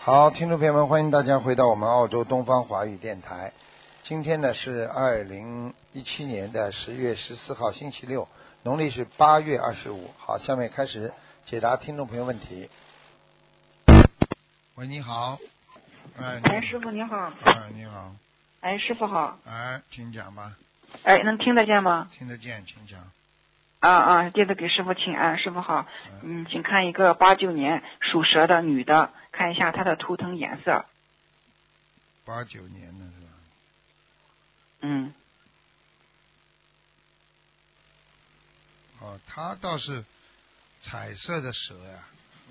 好，听众朋友们，欢迎大家回到我们澳洲东方华语电台。今天呢是二零一七年的十月十四号，星期六，农历是八月二十五。好，下面开始解答听众朋友问题。喂，你好。哎，哎，你师傅你好，哎，你好。哎，师傅好，哎，请讲吧，哎，能听得见吗？听得见，请讲。啊啊，弟子给师傅请安，师傅好，嗯，请看一个八九年属蛇的女的，看一下她的图腾颜色，八九年的是吧？嗯，哦，他倒是彩色的蛇呀、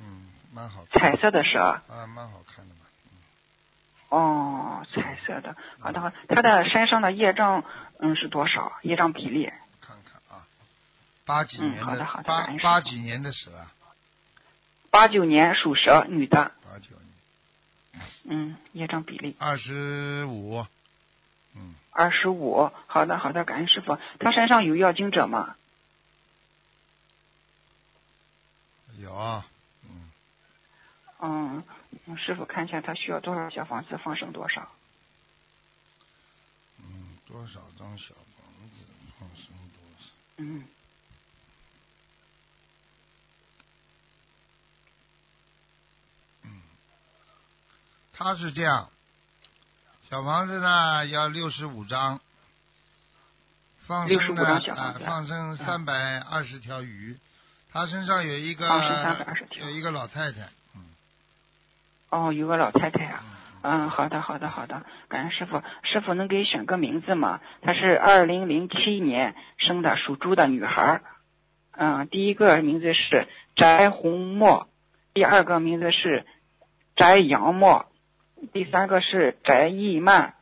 嗯，蛮好看彩色的蛇，啊，蛮好看的嘛。哦，彩色的，好的，她的身上的业障，嗯，是多少？业障比例？看看啊，八几嗯年好的好的八感恩师八傅几年的蛇啊，八九年属蛇女的，八九年，嗯，业障比例二十五，嗯，二十五，好的好的，感恩师傅，她身上有要经者吗？有啊，嗯，嗯，嗯师傅看一下她需要多少小房子放生多少？嗯，多少张小房子放生多少？嗯。他是这样，小房子呢要六十五张，放生65呢张小啊房子放生三百二十条鱼，他身上有一个放生320条有一个老太太，嗯哦，有个老太太嗯啊。嗯，嗯，好的，好的，好的，感恩师傅。师傅能给选个名字吗？她是二零零七年生的，属猪的女孩儿。嗯，第一个名字是翟红墨，第二个名字是翟杨墨，第三个是翟义曼，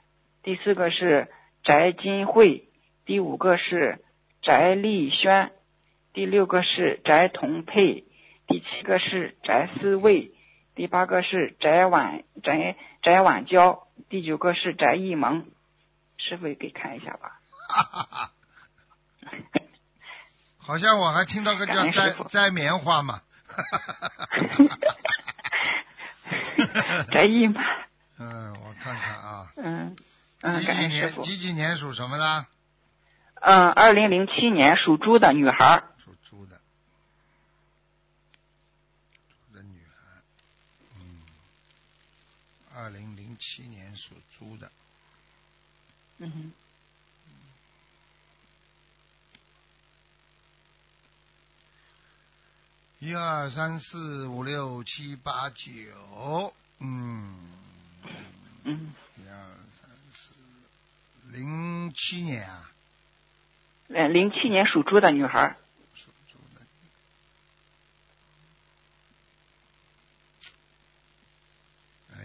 第四个是翟金慧，第五个是翟丽轩，第六个是翟同佩，第七个是翟思卫，第八个是翟婉翟翟婉娇，第九个是翟艺萌。师傅也给看一下吧。哈哈哈，好像我还听到个感叫恩师摘傅摘棉花 嘛， 翟艺嘛，嗯，我看看啊，嗯嗯，几感几恩师年傅。几几年属什么的？嗯，二零零七年属猪的女孩儿。属猪的，猪的女孩，嗯，二零零七年属猪的，嗯一二三四五六七八九，嗯，嗯，一二三四，零七年啊，呃，零七年属猪的女孩儿。属猪的，哎，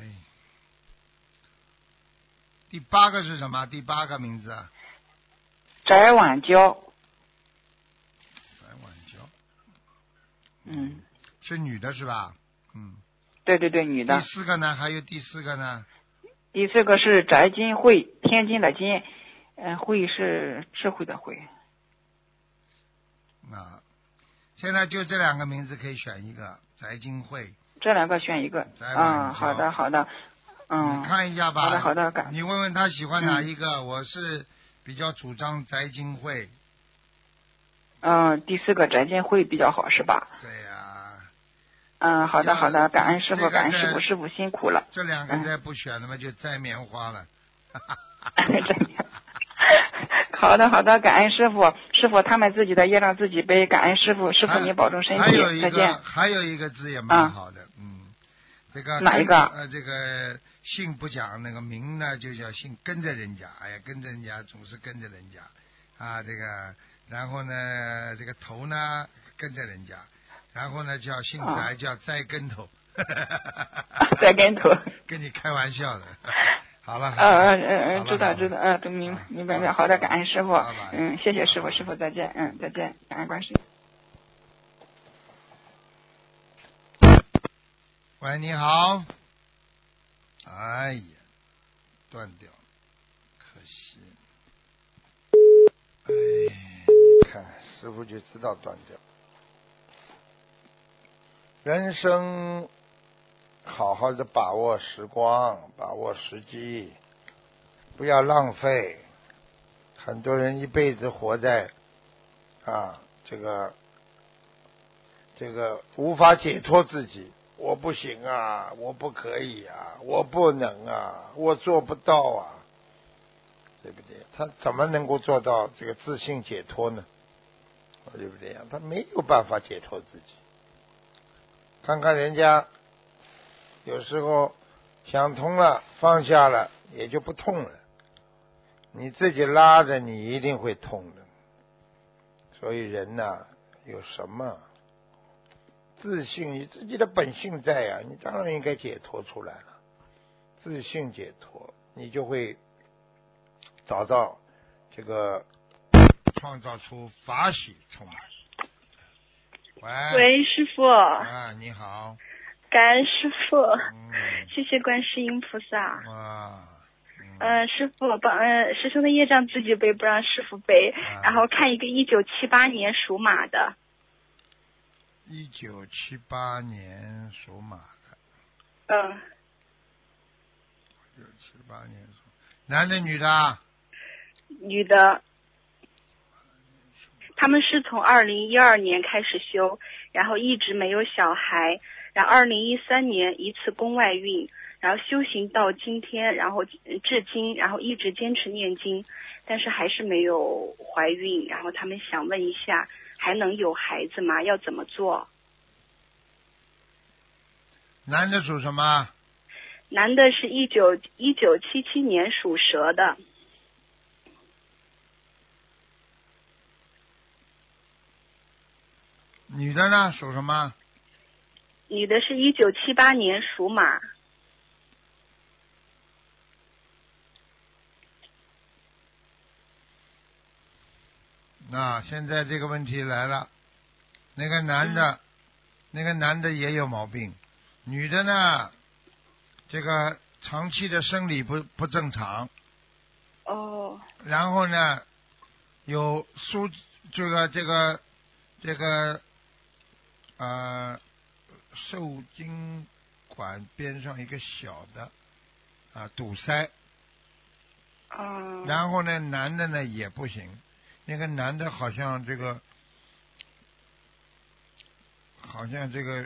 第八个是什么？第八个名字啊？翟婉娇。白婉娇嗯，是女的是吧？嗯。对对对，女的第。四个呢？还有第四个呢？第四个是翟金慧，天津的金，嗯、慧是智慧的慧。啊，现在就这两个名字可以选一个，翟金慧。这两个选一个。翟婉娇嗯，好的好的，嗯你，看一下吧。好的好嗯的，感你问问他喜欢哪一个？我是比较主张翟金慧。嗯，第四个翟金慧比较好是吧？对呀、嗯，好的要好的，感恩师这傅，个感恩师在傅，师傅辛苦了。这两个再不选了嘛，就摘棉花了。啊 好的好的，感恩师傅，师傅他们自己的业障自己背，感恩师傅，师傅还您保重身还有体，一再个啊见。，还有一个字也蛮啊好的，嗯，这个哪跟一个呃，这个姓不讲，那个名呢就叫姓，跟着人家，哎呀，跟着人家总是跟着人家，啊，这个，然后呢，这个头呢跟着人家，然后呢叫姓翟，啊叫栽跟头， 啊再跟 头。跟你开玩笑的， 好了，好呃了呃好呃呃，了知好啊道了知道，呃，都明明白明白。好的，感恩师傅拜拜，嗯，谢谢师傅，师傅再见，嗯，再见，感恩关心。喂，你好。哎呀，断掉了，可惜。哎，你看，师傅就知道断掉。人生好好的把握时光，把握时机，不要浪费。很多人一辈子活在啊这个这个无法解脱自己，我不行啊，我不可以啊，我不能啊，我做不到啊，对不对？他怎么能够做到这个自信解脱呢？对不对呀？啊他没有办法解脱自己。看看人家，有时候想通了，放下了，也就不痛了。你自己拉着，你一定会痛的。所以人呐、有什么自信？你自己的本性在呀、你当然应该解脱出来了。自信解脱，你就会找到这个创造出法喜充满。喂，喂，师傅，啊，你好，感恩师傅，嗯， 谢谢观世音菩萨。哇，嗯嗯、师傅帮，嗯、师兄的业障自己背，不让师傅背。啊然后看一个一九七八年属马的，一九七八年属马的，嗯、一九七八年属，男的女的啊？女的。他们是从二零一二年开始修，然后一直没有小孩，然后二零一三年一次宫外孕，然后修行到今天，然后呃至今，然后一直坚持念经，但是还是没有怀孕。然后他们想问一下，还能有孩子吗？要怎么做？男的属什么？男的是一九一九七七年属蛇的，女的呢？属什么？女的是一九七八年属马。那现在这个问题来了，那个男的，嗯那个男的也有毛病，女的呢，这个长期的生理不不正常，哦，然后呢，有输这个这个这个呃受精管边上一个小的啊堵塞，嗯，然后呢男的呢也不行，那个男的好像这个好像这个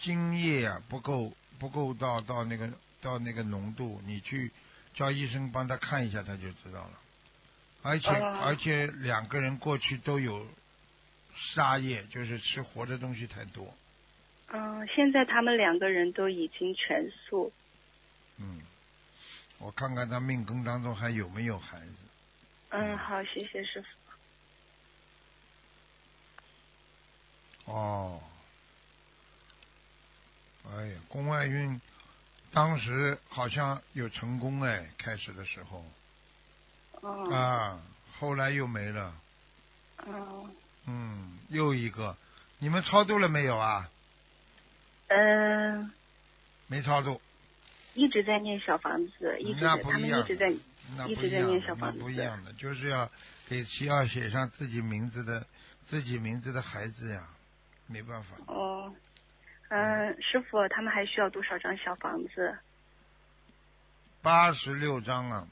精液啊不够不够到到那个到那个浓度，你去叫医生帮他看一下，他就知道了。而且、哦而且两个人过去都有杀业，就是吃活的东西太多，嗯，现在他们两个人都已经全素。嗯。我看看他命根当中还有没有孩子。嗯，好，谢谢师傅。哦，哎呀，宫外孕当时好像有成功哎，开始的时候、嗯、啊，后来又没了，嗯嗯，又一个，你们超度了没有啊？嗯，没超度，一直在念小房子，一直那在不他一们样一直在那一不直一在样念的小，那房不一子样的，就是要给七二写上自己名字的自己名字的孩子呀，没办法，哦。嗯，师傅，他们还需要多少张小房子？八十六章啊，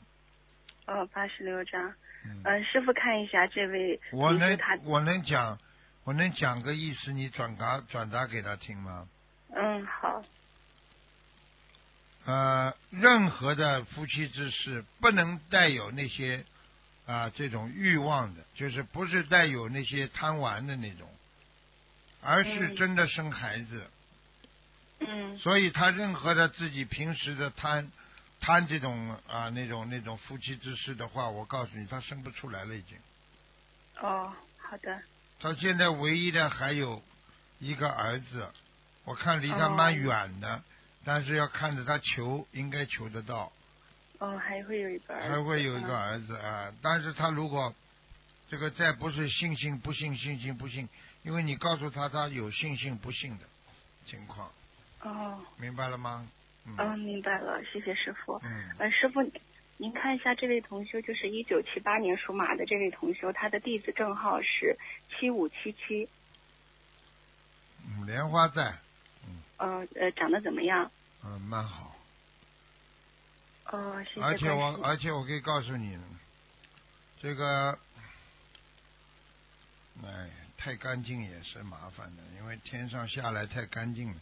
哦，八十六张。嗯。嗯，师傅看一下这位我同能学他，我能讲，我能讲个意思，你转达转达给他听吗？嗯，好，呃，任何的夫妻之事不能带有那些啊、这种欲望的，就是不是带有那些贪玩的那种，而是嗯真的生孩子。嗯所以他任何的自己平时的贪贪这种啊、那种那种夫妻之事的话，我告诉你，他生不出来了已经。哦，好的，他现在唯一的还有一个儿子，我看离哦他蛮远的，但是要看着他求，应该求得到，哦，还会有一个儿子，还会有一个儿子啊。但是他如果这个再不是信心不信信心不信，因为你告诉他他有信心不信的情况，嗯。哦，明白了吗？嗯嗯，明白了，谢谢师傅。嗯，呃，师傅，您看一下这位同修，就是一九七八年属马的这位同修，他的弟子证号是七五七七。嗯莲花在，呃呃长得怎么样？嗯，蛮好。哦，谢谢而且观我世音而且我可以告诉你，这个，哎，太干净也是麻烦的，因为天上下来太干净了，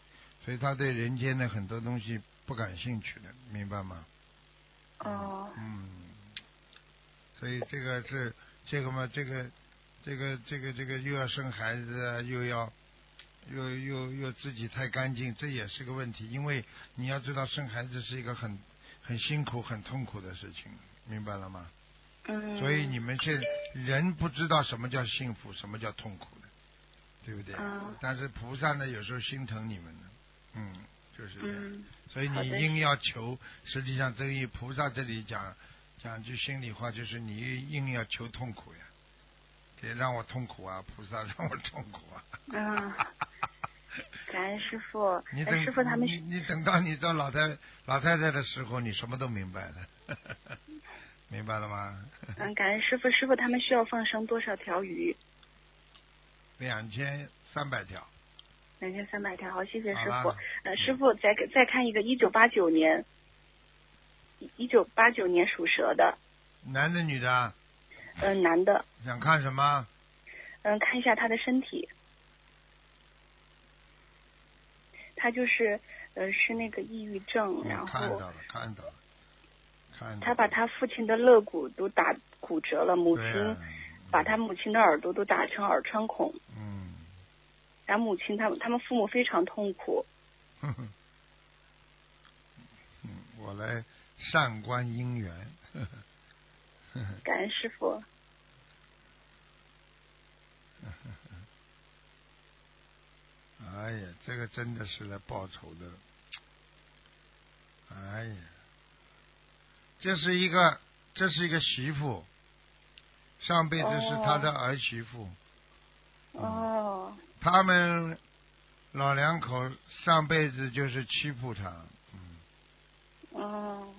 所以他对人间的很多东西不感兴趣的，明白吗？哦嗯，所以这个是这个嘛，这个这个这个这个又要生孩子，又要又又又自己太干净，这也是个问题。因为你要知道，生孩子是一个很很辛苦、很痛苦的事情，明白了吗？嗯，所以你们现人不知道什么叫幸福，什么叫痛苦的，对不对？嗯但是菩萨呢，有时候心疼你们呢，嗯，就是这样。 嗯所以好你的硬要求，实际上等于菩萨这里讲讲句心里话，就是你硬要求痛苦呀，得让我痛苦啊，菩萨让我痛苦啊。嗯，感恩师傅，你哎等师傅他们你你等到你到老太老太太的时候，你什么都明白了， 明白了吗？嗯，感恩师傅，师傅他们需要放生多少条鱼？两千三百条，两千三百条，好，谢谢好嗯师吧傅。呃，师傅再给再看一个一九八九年，一九八九年属蛇的，男的女的啊，嗯、男的，想看什么？嗯、看一下他的身体。他就是呃是那个抑郁症，然嗯看后到了，看到了，看到了。他把他父亲的肋骨都打骨折了，母对亲、啊把他母亲的耳朵都打成耳穿孔，嗯，然后母亲他们他们父母非常痛苦。呵呵嗯， 我来上观姻缘。 呵呵呵呵感恩师傅，哎呀，这个真的是来报仇的。哎呀，这是一个，这是一个媳妇，上辈子是他的儿媳妇。嗯哦，他们老两口上辈子就是欺负他，嗯，哦，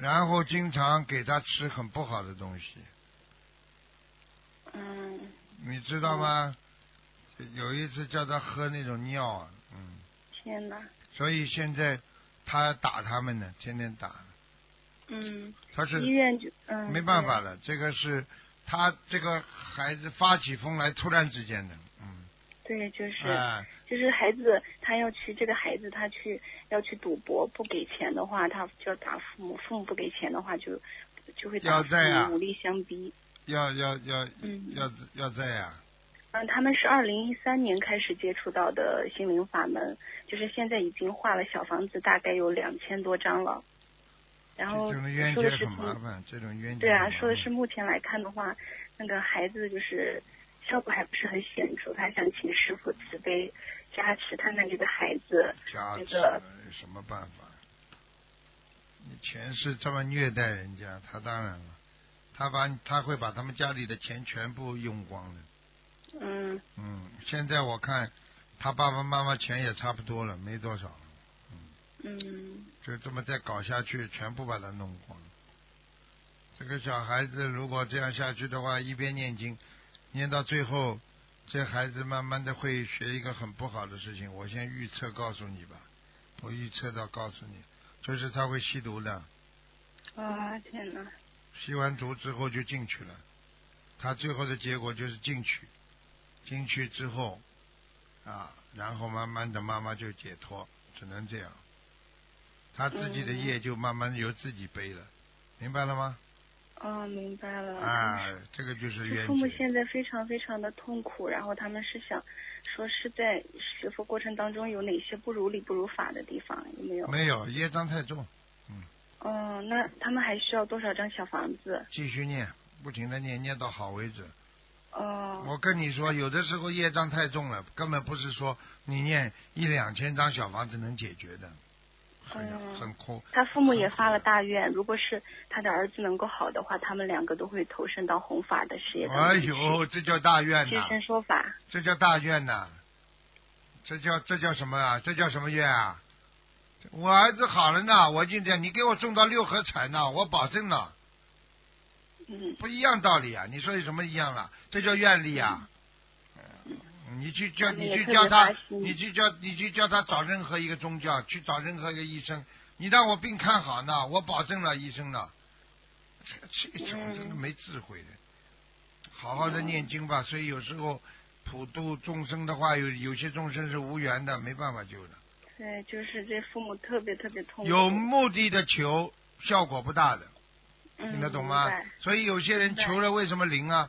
然后经常给他吃很不好的东西，嗯，你知道吗？有一次叫他喝那种尿啊，嗯，天哪，所以现在他打他们呢，天天打。嗯，他是医院就嗯，没办法了，这个是他这个孩子发起疯来突然之间的，嗯，对，对，就是、哎，就是孩子他要去这个孩子他去要去赌博，不给钱的话，他就要打父母，父母不给钱的话就就会打要父债啊母，武力相逼。要要要嗯要要这样，嗯，他们是二零一三年开始接触到的心灵法门，就是现在已经画了小房子，大概有两千多张了。然这后种冤说结的是很麻从烦，这种冤结对啊，很麻说的烦是目前来看的话，那个孩子就是效果还不是很显著，他想请师傅慈悲加持看看这个孩子。家那子个有什么办法？你前世这么虐待人家，他当然了，他把他会把他们家里的钱全部用光的。嗯嗯，现在我看他爸爸妈妈钱也差不多了，没多少了，嗯就这么再搞下去，全部把他弄光。这个小孩子如果这样下去的话，一边念经，念到最后，这孩子慢慢的会学一个很不好的事情。我先预测告诉你吧，我预测到告诉你，就是他会吸毒的，啊天哪！吸完毒之后就进去了。他最后的结果就是进去，进去之后，啊，然后慢慢的妈妈就解脱，只能这样。他自己的嗯业就慢慢由自己背了，明白了吗？哦，明白了。啊，这个就是冤父母结。现在非常非常的痛苦，然后他们是想说是在学佛过程当中有哪些不如理、不如法的地方有没有？没有业障太重，嗯，那他们还需要多少张小房子？继续念，不停的念，念到好为止。哦，我跟你说，有的时候业障太重了，根本不是说你念一两千张小房子能解决的，很嗯很苦。他父母也发了大愿，如果是他的儿子能够好的话，他们两个都会投身到弘法的事业当中哎去呦，这叫大愿呐、现身说法。这叫大愿呐、这叫这叫什么啊？这叫什么愿啊？我儿子好了呢，我就这样，你给我种到六合彩呢，我保证呢，嗯不一样道理啊！你说有什么一样了？这叫愿力啊！嗯你去叫他们你也去特叫别他发，心你去叫你去叫他找任何一个宗教，去找任何一个医生，你让我病看好呢，我保证了医生呢。这这种嗯真的没智慧的，好好的念经嗯吧。所以有时候普度众生的话，有有些众生是无缘的，没办法救的。对，就是这父母特别特别痛苦。有目的的求，效果不大的。嗯听得懂吗明白？所以有些人明白求了为什么灵啊？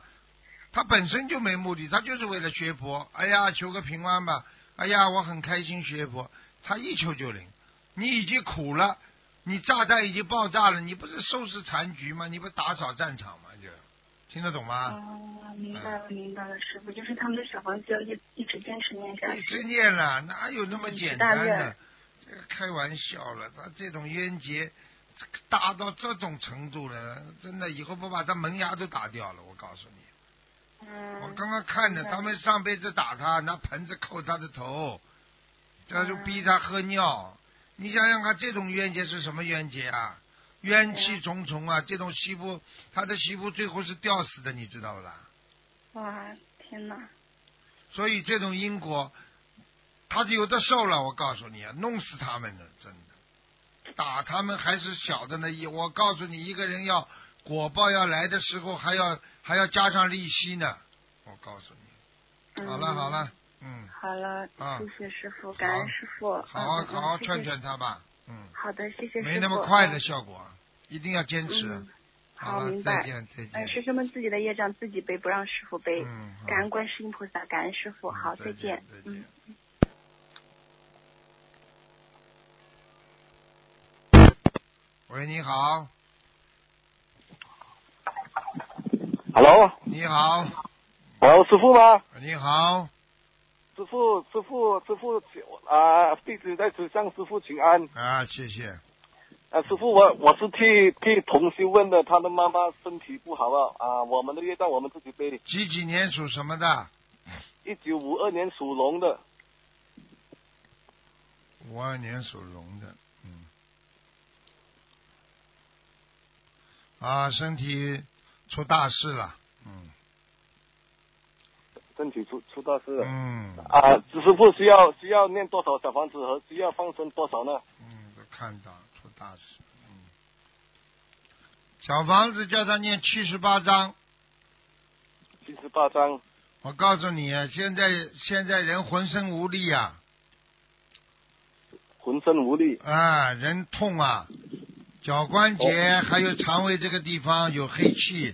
他本身就没目的，他就是为了学佛。哎呀，求个平安吧！哎呀，我很开心学佛。他一求就灵，你已经苦了，你炸弹已经爆炸了，你不是收拾残局吗？你不是打扫战场吗？就听得懂吗？哦，明白嗯了，明白了，师傅，就是他们的小房子要一一直坚持念下一去。直念了，哪有那么嗯简十大单的愿？这个开玩笑了，他这种冤结这个大到这种程度了，真的以后不把他门牙都打掉了，我告诉你。嗯，我刚刚看着明白他们上辈子打他，拿盆子扣他的头，这就逼他喝尿。你想想看，这种冤结是什么冤结啊？冤气重重啊！这种媳妇，他的媳妇最后是吊死的，你知道不啦？哇，天哪！所以这种因果，他有的受了。我告诉你啊，弄死他们的，真的，打他们还是小的呢。一我告诉你，一个人要果报要来的时候，还要还要加上利息呢。我告诉你，嗯好了好了，嗯。好了啊，谢谢师傅，感恩师傅。好好嗯好好嗯谢谢劝劝他吧，嗯，好的，谢谢师傅。没那么快的嗯。效果，一定要坚持嗯。，好好，了，明再白。见再嗯，见。师生们自己的业障自己背，不让师傅背。嗯，好感恩观世音菩萨，感恩师傅。好，再见。再嗯见。。喂，你好， Hello，你好，喂，师傅吗？你好，师傅，师傅，师傅，请啊，弟子在此向师傅请安。啊，谢谢，啊，师傅，我我是替替同修问的，他的妈妈身体不好啊，啊，我们的业障我们自己背的。几几年属什么的？一九五二年属龙的，五二年属龙的，嗯，啊，身体出大事了，嗯身体出出大事了。嗯啊，师傅需要需要念多少小房子和需要放生多少呢？嗯，都看到出大事。嗯，小房子叫他念七十八章。七十八张。我告诉你，现在现在人浑身无力啊，浑身无力，啊，人痛啊，脚关节、还有肠胃这个地方有黑气，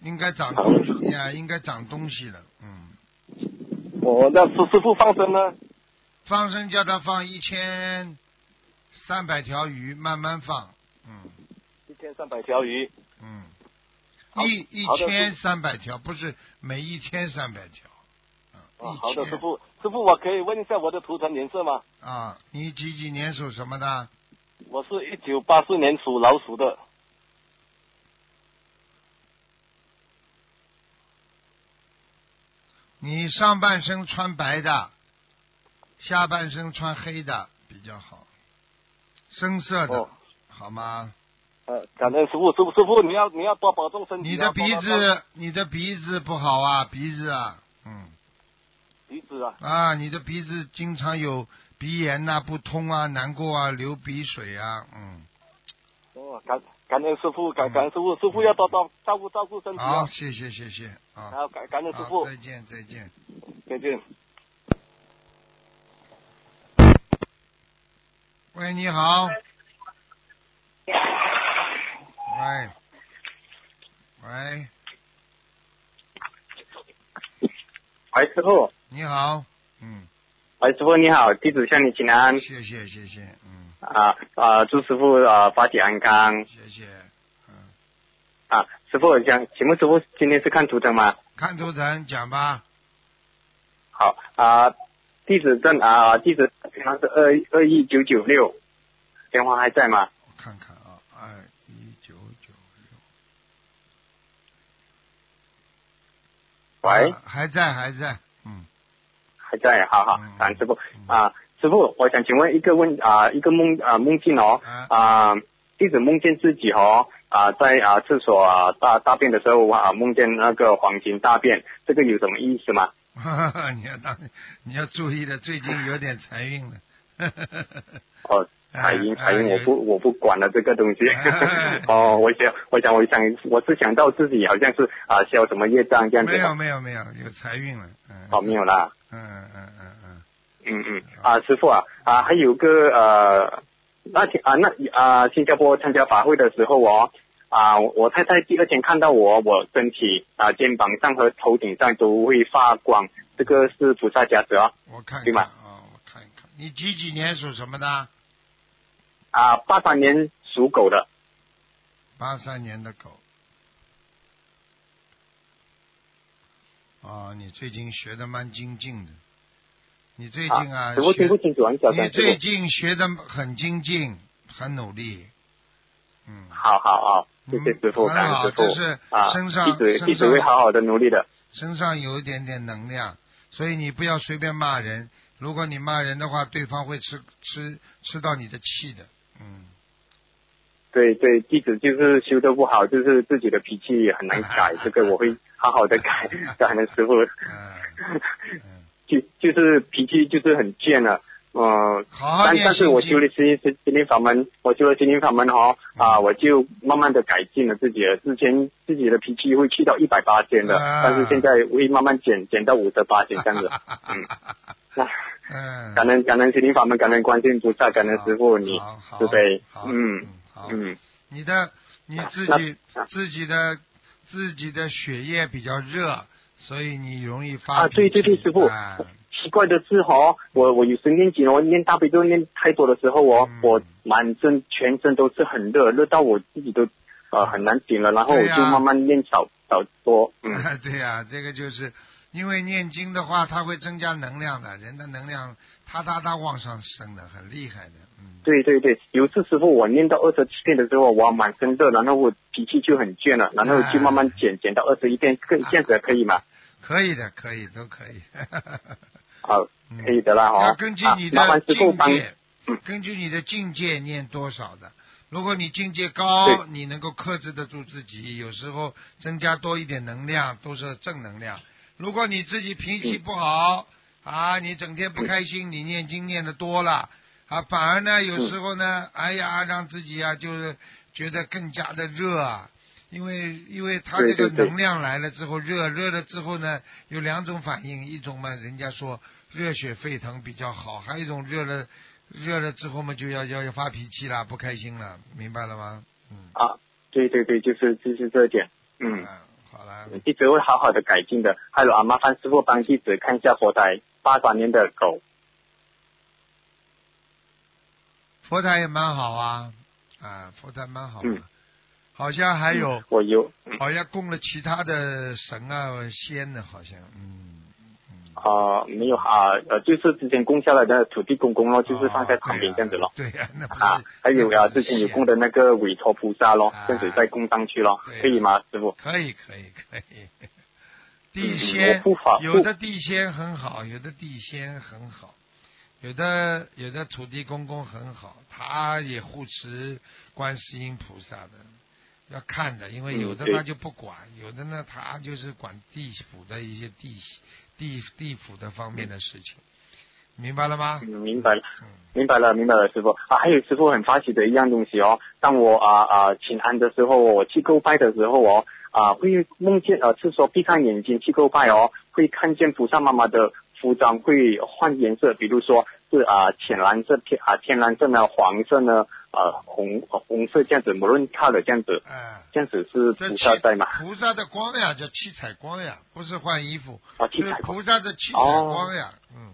应该长东西啊，应该长东西了。嗯，我、哦那师师傅放生呢？放生叫他放一千三百条鱼，慢慢放。嗯一千三百条鱼，嗯，好一一好的千三百条，不是每一天三百条。啊，一好的，千师傅，师傅，我可以问一下我的图腾颜色吗？啊，你几几年属什么的？我是一九八四年属老鼠的，你上半身穿白的，下半身穿黑的比较好，深色的、哦好吗？呃，感恩师傅，师傅师傅，你要你要多保重身体啊。你的鼻多保重子，你的鼻子不好啊，鼻子啊，嗯鼻子啊，啊，你的鼻子经常有鼻炎呐、不通啊、难过啊、流鼻水啊，嗯，哦，感感恩师傅，感嗯感恩师傅，师傅要多多照顾照顾身体好，啊。谢谢谢谢啊，好，感感恩师好，傅，再见再见。再见。喂，你好。喂，喂，白师傅，你好，嗯，白师傅你好，弟子向你请安谢谢谢谢，嗯，啊啊，祝师傅啊法体安康谢谢，嗯，啊，师傅想请问师傅今天是看图腾吗？看图腾讲吧，好啊，地址证啊，地址电话是二二一九九六，电话还在吗？我看看啊，二一九九六，喂，啊还在还在，嗯，还在，好好嗯，感恩师傅嗯啊，师傅，我想请问一个问啊，一个梦啊梦境哦啊， 啊，弟子梦见自己哦啊在啊厕所啊大大便的时候啊梦见那个黄金大便，这个有什么意思吗？你要当你要注意的，最近有点财运了。哦，彩云，哎彩云，哎我不，我不管了这个东西哎。 哦，我想，我想，我想，我是想到自己好像是啊，消什么业障这样子没有的。没有没有，有财运了。嗯。哦，没有啦。嗯嗯嗯嗯。嗯嗯。啊，师傅啊，啊，还有个呃，那天啊，那啊，新加坡参加法会的时候哦，啊，我我太太第二天看到我，我身体啊，肩膀上和头顶上都会发光，这个是菩萨加持哦。我看对看吧啊、我看一看，你几几年属什么的？啊，八三年属狗的，八三年的狗。啊、你最近学的蛮精进的。你最近啊，啊，师傅听学不清楚啊？小声你师傅最近学的很精进，很努力。嗯。好好好，谢谢师傅，嗯感恩师很好就是傅啊，身上弟子身弟子会上好好的努力的。身上有一点点能量，所以你不要随便骂人。如果你骂人的话，对方会吃吃吃到你的气的。嗯，对对，弟子就是修的不好，就是自己的脾气也很难 改，这个我会好好的改。感恩师傅，嗯嗯，就就是脾气就是很倔了，嗯、好好但念但是心我经修。了心心心灵法门，我修了心灵法门哈、啊，嗯我就慢慢的改进了自己了。之前自己的脾气会去到一百八千的，啊但是现在会慢慢减减到五十八千这样子。 嗯，那、嗯，感恩感恩心灵法门，感恩观世音菩萨，感恩师傅你好好慈悲好。嗯好，嗯，你的你自那己那自己的自己的血液比较热，所以你容易发啊，脾对对对，气师傅哎。奇怪的是哦，我我有时念经哦，念大悲咒念太多的时候哦，嗯我满身全身都是很热，热到我自己都呃很难顶了，然后我对呀就慢慢念少少多，嗯， 啊，对呀、这个就是因为念经的话，它会增加能量的，人的能量它它它往上升的，很厉害的，嗯，对对对，有一次师傅我念到二十七遍的时候，我满身热，然后我脾气就很倔了，然后就慢慢减减到二十一遍，可以啊这样子可以吗？可以的，可以，都可以， 好，嗯可以的啦要哦，根据啊你，麻的烦师傅境帮界嗯，根据你的境界念多少的。如果你境界高，你能够克制得住自己，有时候增加多一点能量都是正能量。如果你自己脾嗯气不好、啊，你整天不开心，你念经念的多了啊，反而呢嗯有时候呢，哎呀，让自己啊就是觉得更加的热啊，因为因为它这对个对对能量来了之后，热热了之后呢，有两种反应，一种嘛，人家说热血沸腾比较好，还有一种热了热了之后嘛，就要要要发脾气啦，不开心了，明白了吗？嗯，啊，对对对，就是就是这一点，嗯。啊，好了，弟子会好好的改进的。还有啊，麻烦师傅帮弟子看一下佛台，八三年的狗佛台也蛮好啊，啊，佛台蛮好、啊，嗯好像还有、我有嗯好像哦供了其他的神啊仙呢，好像，嗯嗯，啊、没有啊呃，就是之前供下来的土地公公咯，就是放在旁边这样子咯。哦。对呀、哦对呀那不是啊，还有啊，之前有供的那个委托菩萨咯啊，这样子再供上去咯对啊，可以吗，师傅？可以可以可以。嗯地仙我不法有的地仙很好，有的地仙很好，有的有的土地公公很好，他也护持观世音菩萨的，要看的，因为嗯有的对他就不管，有的呢他就是管地府的一些地地地府的方面的事情，明白了吗？嗯，明白了。嗯，明白了，明白了，师傅啊，还有师傅很发喜的一样东西哦。当我啊啊请安的时候，我去购拜的时候哦，啊会梦见呃，是说闭上眼睛去购拜哦，会看见菩萨妈妈的服装会换颜色，比如说是啊浅蓝色、天啊天蓝色呢、黄色呢、呃红呃红色这样子，无论看了这样子，哎、啊这样子是这菩七萨在吗？菩萨的光呀，叫七彩光呀，不是换衣服，啊，七是彩菩萨的七彩哦光呀。嗯，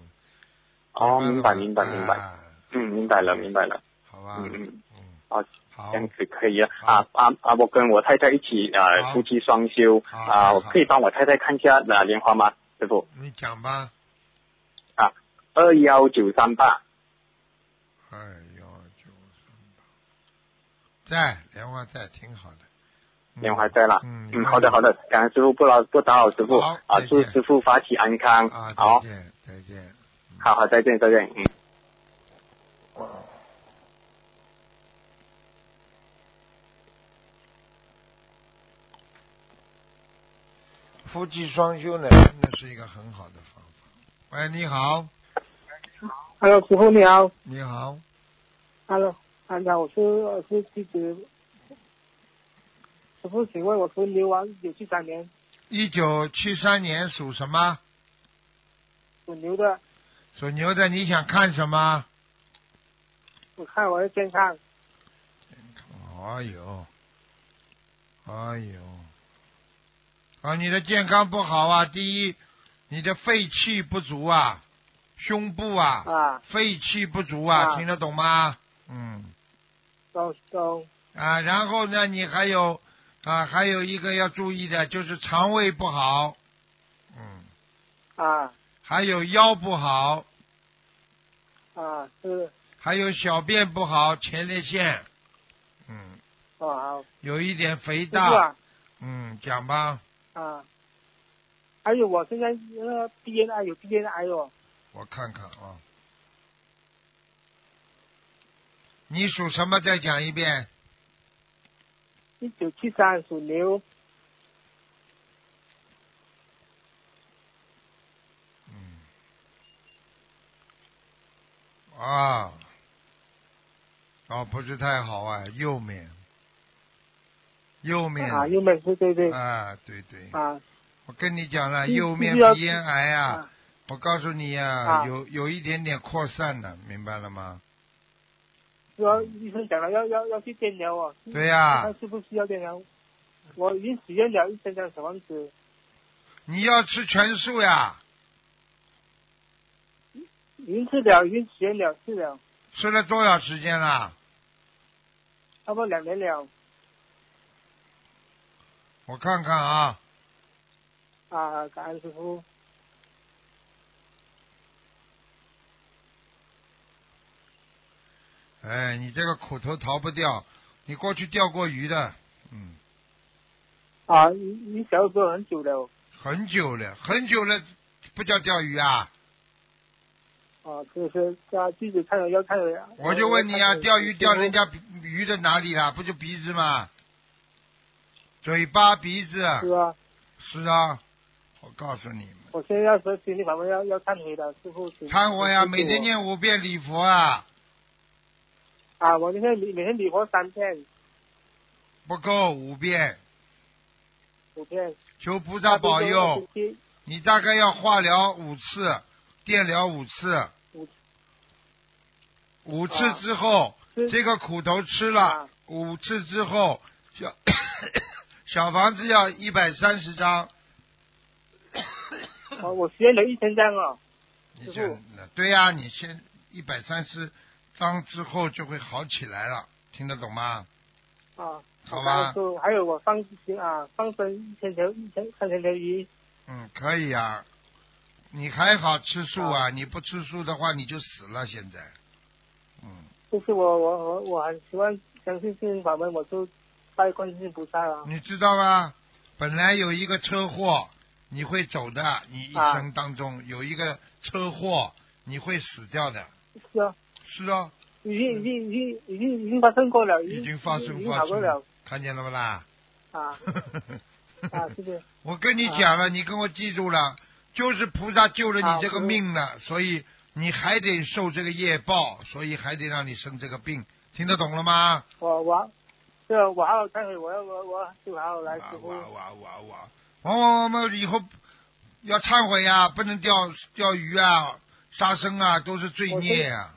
哦，了明白吗明白明白，啊嗯，明白了明白了，好吧，嗯嗯嗯，啊。好这，样子可以啊好啊啊啊！我跟我太太一起好啊，夫妻双修好啊，好我可以帮我太太看一下啊莲花吗，师傅？啊你讲吧。二幺九三八二幺哎九三八，在莲花在，挺好的。嗯莲花在啦。嗯，嗯，好的好的，感恩师傅不劳不打扰师傅好啊再，见祝师傅法体安康。啊，再好，见，再见。好好再见再见，嗯。夫妻双修呢，真的是一个很好的方法。喂，你好， Hello，师傅你啊好。你好， Hello，大家好，我是我是弟子。师傅，请问我是流亡九七三年一九七三年属什么？属牛的，属牛的，你想看什么？我看我的健康，哎呦，哎呦，啊，你的健康不好啊！第一，你的肺气不足啊，胸部啊，啊，肺气不足啊，啊听得懂吗？嗯，都都啊，然后呢，你还有啊，还有一个要注意的就是肠胃不好，嗯，啊还有腰不好，啊是还有小便不好，前列腺，嗯，哦好，有一点肥师大，傅啊嗯，讲吧，啊，还有我现在呃那个 BNI 有 BNI 哦，我看看啊。你属什么？再讲一遍。一九七三属牛，嗯。啊。哦，不是太好啊，右面。右面。啊右面是对对啊，对对。啊我跟你讲了，必右面必须要鼻咽癌啊，啊我告诉你啊，啊有有一点点扩散的，明白了吗？说啊医生讲了要要要去电疗哦，对呀看是不是要电疗？我已经许愿了一千张小房子，你要吃全素呀，已经治疗，已经许愿了治疗，吃了多少时间了？差不多两年了我看看啊，啊，感恩师傅哎，你这个苦头逃不掉，你过去钓过鱼的，嗯，啊，你你小时候很久了很久了，很久了，不叫钓鱼啊？哦啊，就是啊，自己看了要看了，我就问你啊，要看了钓鱼钓人家鼻鱼的哪里啦？啊不就鼻子吗？嘴巴、鼻子，是啊，是啊，我告诉你们，我现在要说心理方面要要忏悔了，师傅请忏悔呀，请每天嗯我念五遍礼佛啊，啊，我现在每每天礼佛三遍不够五遍，五遍，求菩萨保大悲佑咒，一千七你大概要化疗五次，电疗五次五次，五次啊之后，是这个苦头吃了啊五次之后，小 小房子要一百三十张。哦，我许愿了一千张哦，你师这傅对呀、你先一百三十张之后就会好起来了，听得懂吗？啊，好吧吧，还有我放啊放生一千条一千三千条鱼嗯，可以啊。你还好吃素啊？你不吃素的话，你就死了。现在，嗯，就是我我我我很喜欢相信心灵法门，我就拜观世音菩萨了。你知道吗？本来有一个车祸，你会走的。你一生当中有一个车祸，你会死掉的。是啊，是啊，已经已经已经已经已经发生过了，已已经发生已经发好过生了，看见了不啦？啊啊，谢谢我跟你讲了，你跟我记住了，就是菩萨救了你这个命了，所以你还得受这个业报，所以还得让你生这个病，听得懂了吗？我我这个我好好忏悔，我要我我就好好来哇师傅啊哇哇哇哇！哦，我们以后要忏悔呀、不能钓钓鱼啊、杀生啊，都是罪孽啊呀、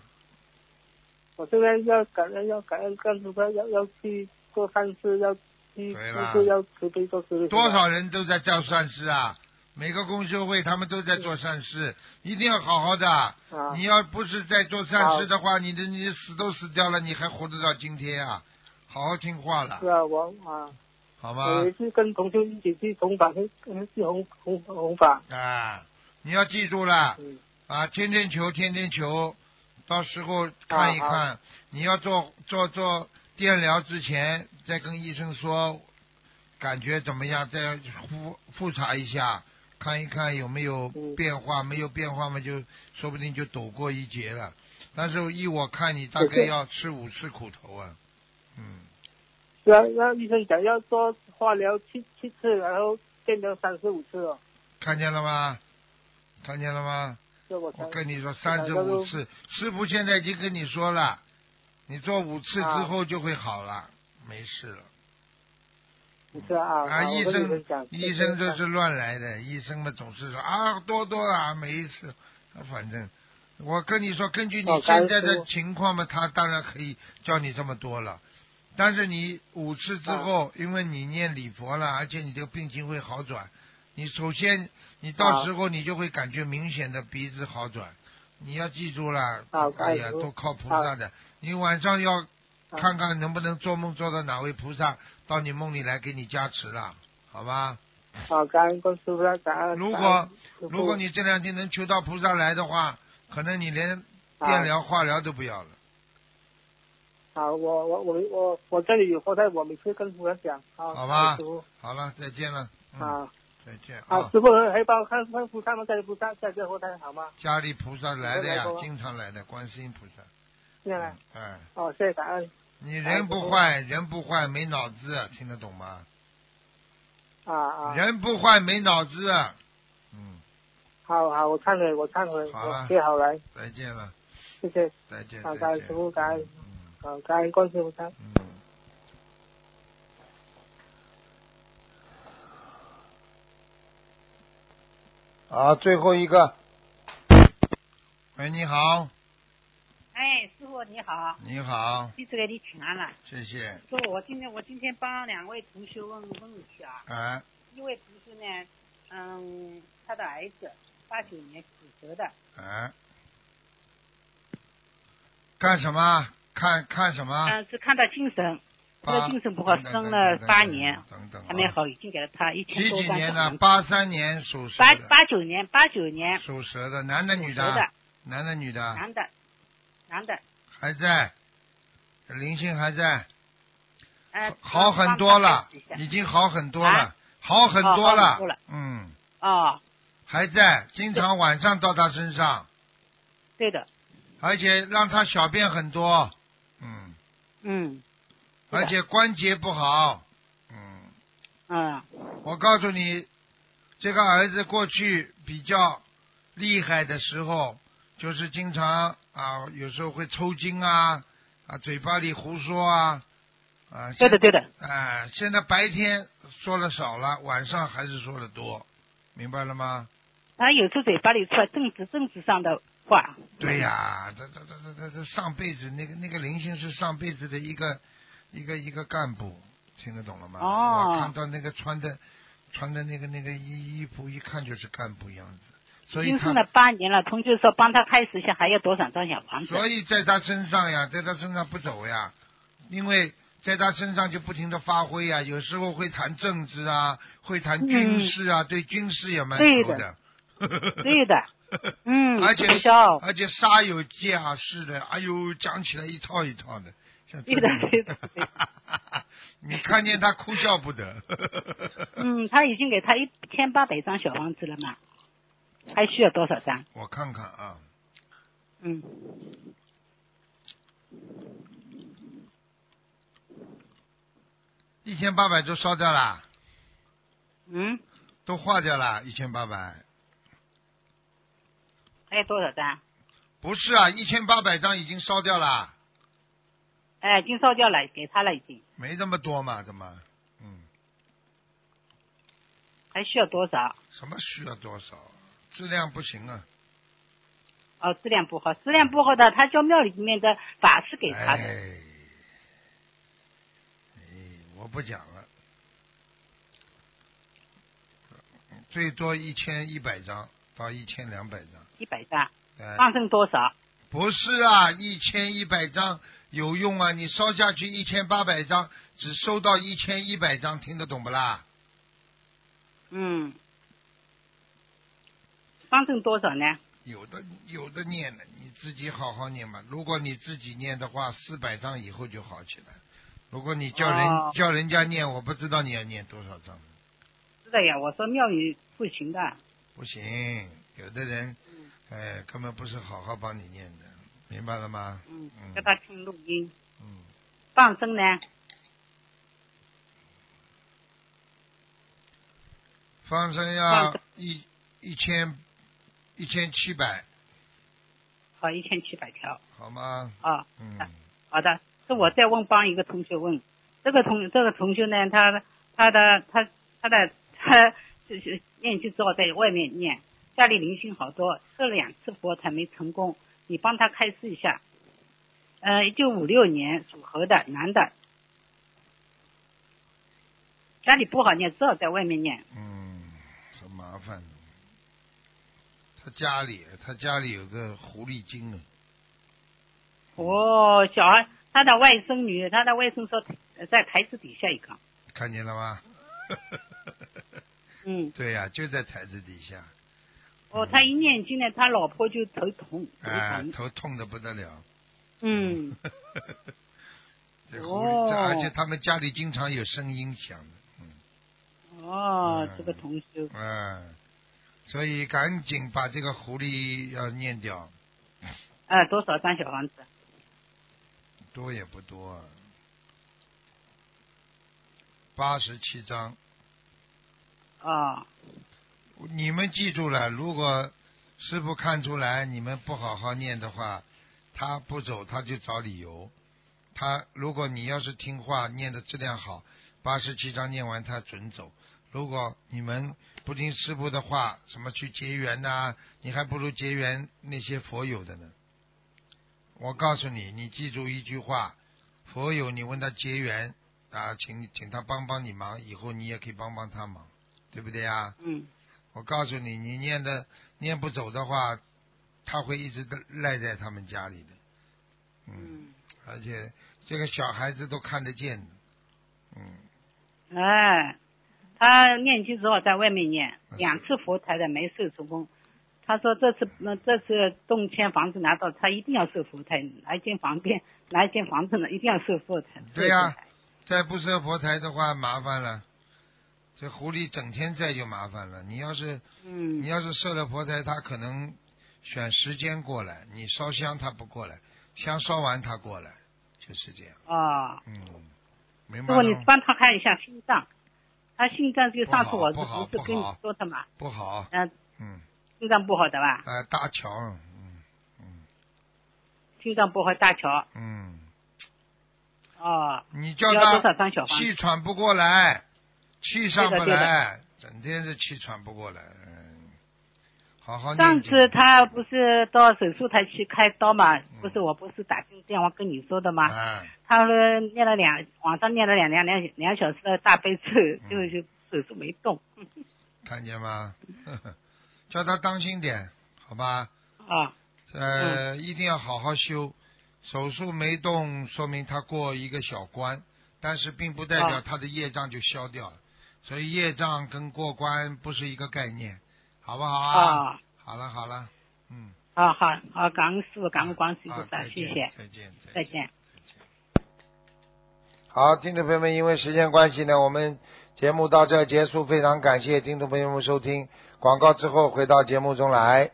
我现在要感恩要感恩干菩萨，要要去做善事，要去对啦就是要慈悲做慈悲。多少人都在做善事啊！每个公修会他们都在做善事，一定要好好的。啊？你要不是在做善事的话，你的你的死都死掉了，你还活得到今天啊？好好听话了是，啊，我啊，好我吗有一？次跟同修一起去弘法，去去弘弘弘法。啊，你要记住了嗯，啊，天天求，天天求，到时候看一啊看。你要做做做电疗之前，再跟医生说感觉怎么样，再复复查一下，看一看有没有嗯变化。没有变化嘛，就说不定就躲过一劫了。但是依我看，你大可概是要吃五次苦头啊。嗯，是啊，那医生讲要做化疗七七次，然后见到三十五次哦了，看见了吗？看见了吗？这我才我跟你说，三十五次，师傅现在已经跟你说了，你做五次之啊后就会好了，没事了。不是啊啊，啊，医我跟你们生讲，医生就是乱来的，医生嘛总是说啊多多啊，每一次，啊反正我跟你说，根据你哦该现在的说情况嘛，他当然可以叫你这么多了，但是你五次啊之后，因为你念礼佛了，而且你这个病情会好转，你首先你到啊时候你就会感觉明显的鼻子好转，你要记住了，啊哎该呀，说都靠菩萨的，你晚上要啊看看能不能做梦做到哪位菩萨到你梦里来给你加持了，好吧？啊，感恩观世菩萨，感恩。如感果恩啊师父如果你这两天能求到菩萨来的话，可能你连啊电疗、化疗都不要了。啊，我我我我我这里有后代，我每次跟菩萨讲啊，好吧师傅好了，再见了，嗯，啊再见啊，啊！师傅还帮我看看菩萨吗？在菩萨在这后代好吗？家里菩萨来的呀来过，吗经常来的，观世音菩萨。谢谢。哎，哦，谢谢感恩你人不坏，人不坏，没脑子，听得懂吗？啊啊，人不坏，没脑子。嗯，好好，我忏悔，我忏悔，好啊了我接好来，再见了，谢谢再见。啊，感再恩见师傅，感恩嗯。啊，感恩观世菩萨。嗯，好，最后一个。喂，你好，哎，师傅你好，你好，弟子给你请安了。谢谢。师傅，我今天我今天帮两位同学问问题啊，哎，一位同学呢，嗯，他的儿子八九年骨折的，哎，干什么？看看什么？嗯，只看到精啊神，他八的精神不好，生了八年，，等等，啊还没。好，已经给了他一千几多几万年小的？房子。八三年属蛇八的，八九年，八九年，属蛇的，男的啊女骨折的，啊男的女的，男的，男的，还在，灵性还在。呃，好很多了帮他开始一下，已经好很多了啊，好很多哦好很多了嗯，哦，还在，经常晚上到他身上，对的，而且让他小便很多，嗯，嗯，对的而且关节不好，嗯，嗯，我告诉你，这个儿子过去比较厉害的时候，就是经常啊，有时候会抽筋啊，啊，嘴巴里胡说啊，啊，对的，对的，哎，现在白天说了少了，晚上还是说的多，明白了吗？他有时候嘴巴里出来政治政治上的话，对呀、这这这这这这上辈子那个那个灵性是上辈子的一个一个一个干部，听得懂了吗？哦我看到那个穿的穿的那个那个衣衣服，一看就是干部样子，所以精他神了八年了，同学说帮他开始一下，还要多少张小房子？所以在他身上呀，在他身上不走呀，因为在他身上就不停的发挥呀，有时候会谈政治啊，会谈军事啊，对军事也蛮嗯对熟的的。对的， 嗯，而且呃传销，而且煞有介事的，哎呦，讲起来一套一套的，像对的对的对你看见他哭笑不得。嗯，他已经给他一千八百张小房子了嘛，还需要多少张？ 我看看啊，嗯，一千八百都烧掉啦，嗯，都化掉啦，一千八百。还有多少张？不是啊，一千八百张已经烧掉啦，哎，已经烧掉了，给他了已经，没这么多嘛，怎么？嗯，还需要多少？什么需要多少啊？质量不行啊。哦，质量不好，质量不好的，他叫庙里面的法师给他的。哎，哎，我不讲了，最多一千一百张到一千两百张。一百张，哎，放生多少？不是啊，一千一百张有用啊！你烧下去一千八百张，只收到一千一百张，听得懂不啦？嗯，放生多少呢？有的有的念的，你自己好好念吧。如果你自己念的话，四百张以后就好起来。如果你叫人、哦叫人家念，我不知道你要念多少张。是的呀，我说庙里不行的。不行，有的人，嗯哎，根本不是好好帮你念的，明白了吗？嗯嗯，叫他听录音。嗯，放生呢？放生放要生一一千一千七百，好，啊一千七百条好吗？啊。嗯，好的，这我再问帮一个同学问，这个同这个同学呢，他他的他他的他就是念经之后在外面念，家里灵性好多，这两次佛才没成功，你帮他开示一下。呃，一九五六年属猴的男的，家里不好念，只好在外面念。嗯，很麻烦的。他家里，他家里有个狐狸精啊，哦，小孩，他的外甥女，他的外甥说呃在台子底下一个，看见了 吗？嗯，对呀、就在台子底下，哦，他一念经呢，他老婆就头痛，头哎、疼，嗯头痛的不得了。嗯。 这狐狸，这而且他们家里经常有声音响的，哦嗯，这个同修，嗯，所以赶紧把这个狐狸要念掉，啊，多少张小房子？多也不多，啊八十七章。哦，你们记住了，如果师傅看出来你们不好好念的话，他不走他就找理由。他如果你要是听话，念的质量好，八十七章念完他准走。如果你们不听师傅的话，什么去结缘呐、你还不如结缘那些佛友的呢。我告诉你，你记住一句话：佛友，你问他结缘啊，请请他帮帮你忙，以后你也可以帮帮他忙，对不对呀、嗯，我告诉你，你念的念不走的话，他会一直地赖在他们家里的。嗯，嗯，而且这个小孩子都看得见的。嗯，哎，他念经之后在外面念嗯，两次佛台的没受成功。他说这次，嗯这次动迁房子拿到，他一定要受佛台，拿一间房边，拿一间房子呢，一定要受佛台。对呀受佛台再不设佛台的话，麻烦了。这狐狸整天在就麻烦了。你要是嗯你，要是设了佛台，它可能选时间过来，你烧香它不过来，香烧完它过来，就是这样。哦，嗯，明如白果你了吗？帮他看一下心脏，他心脏就不上好次我是不好不是不跟你好说的嘛？不好。嗯、嗯，心脏不好的吧？啊，搭桥。嗯嗯心脏不好，大桥嗯。哦，你叫要多他少张小房子？气喘不过来，气上不对的对来，整天是气喘不过来。嗯，好好念上经。次他不是到手术台去开刀嘛？不是，我不是打进电话跟你说的吗？嗯啊，他说念了两，晚上念了两两两两小时的大悲咒，嗯就就手术没动看见吗？ 呵呵叫他当心点，好吧？啊。呃，嗯一定要好好修。手术没动，说明他过一个小关，但是并不代表啊他的业障就消掉了。所以业障跟过关不是一个概念，好不好啊？啊好了好了，嗯，啊好好，感恩师傅，感恩观世音菩啊，萨，再谢见谢，再见再见再见。好，听众朋友们，因为时间关系呢，我们节目到这儿结束，非常感谢听众朋友们收听广告之后回到节目中来。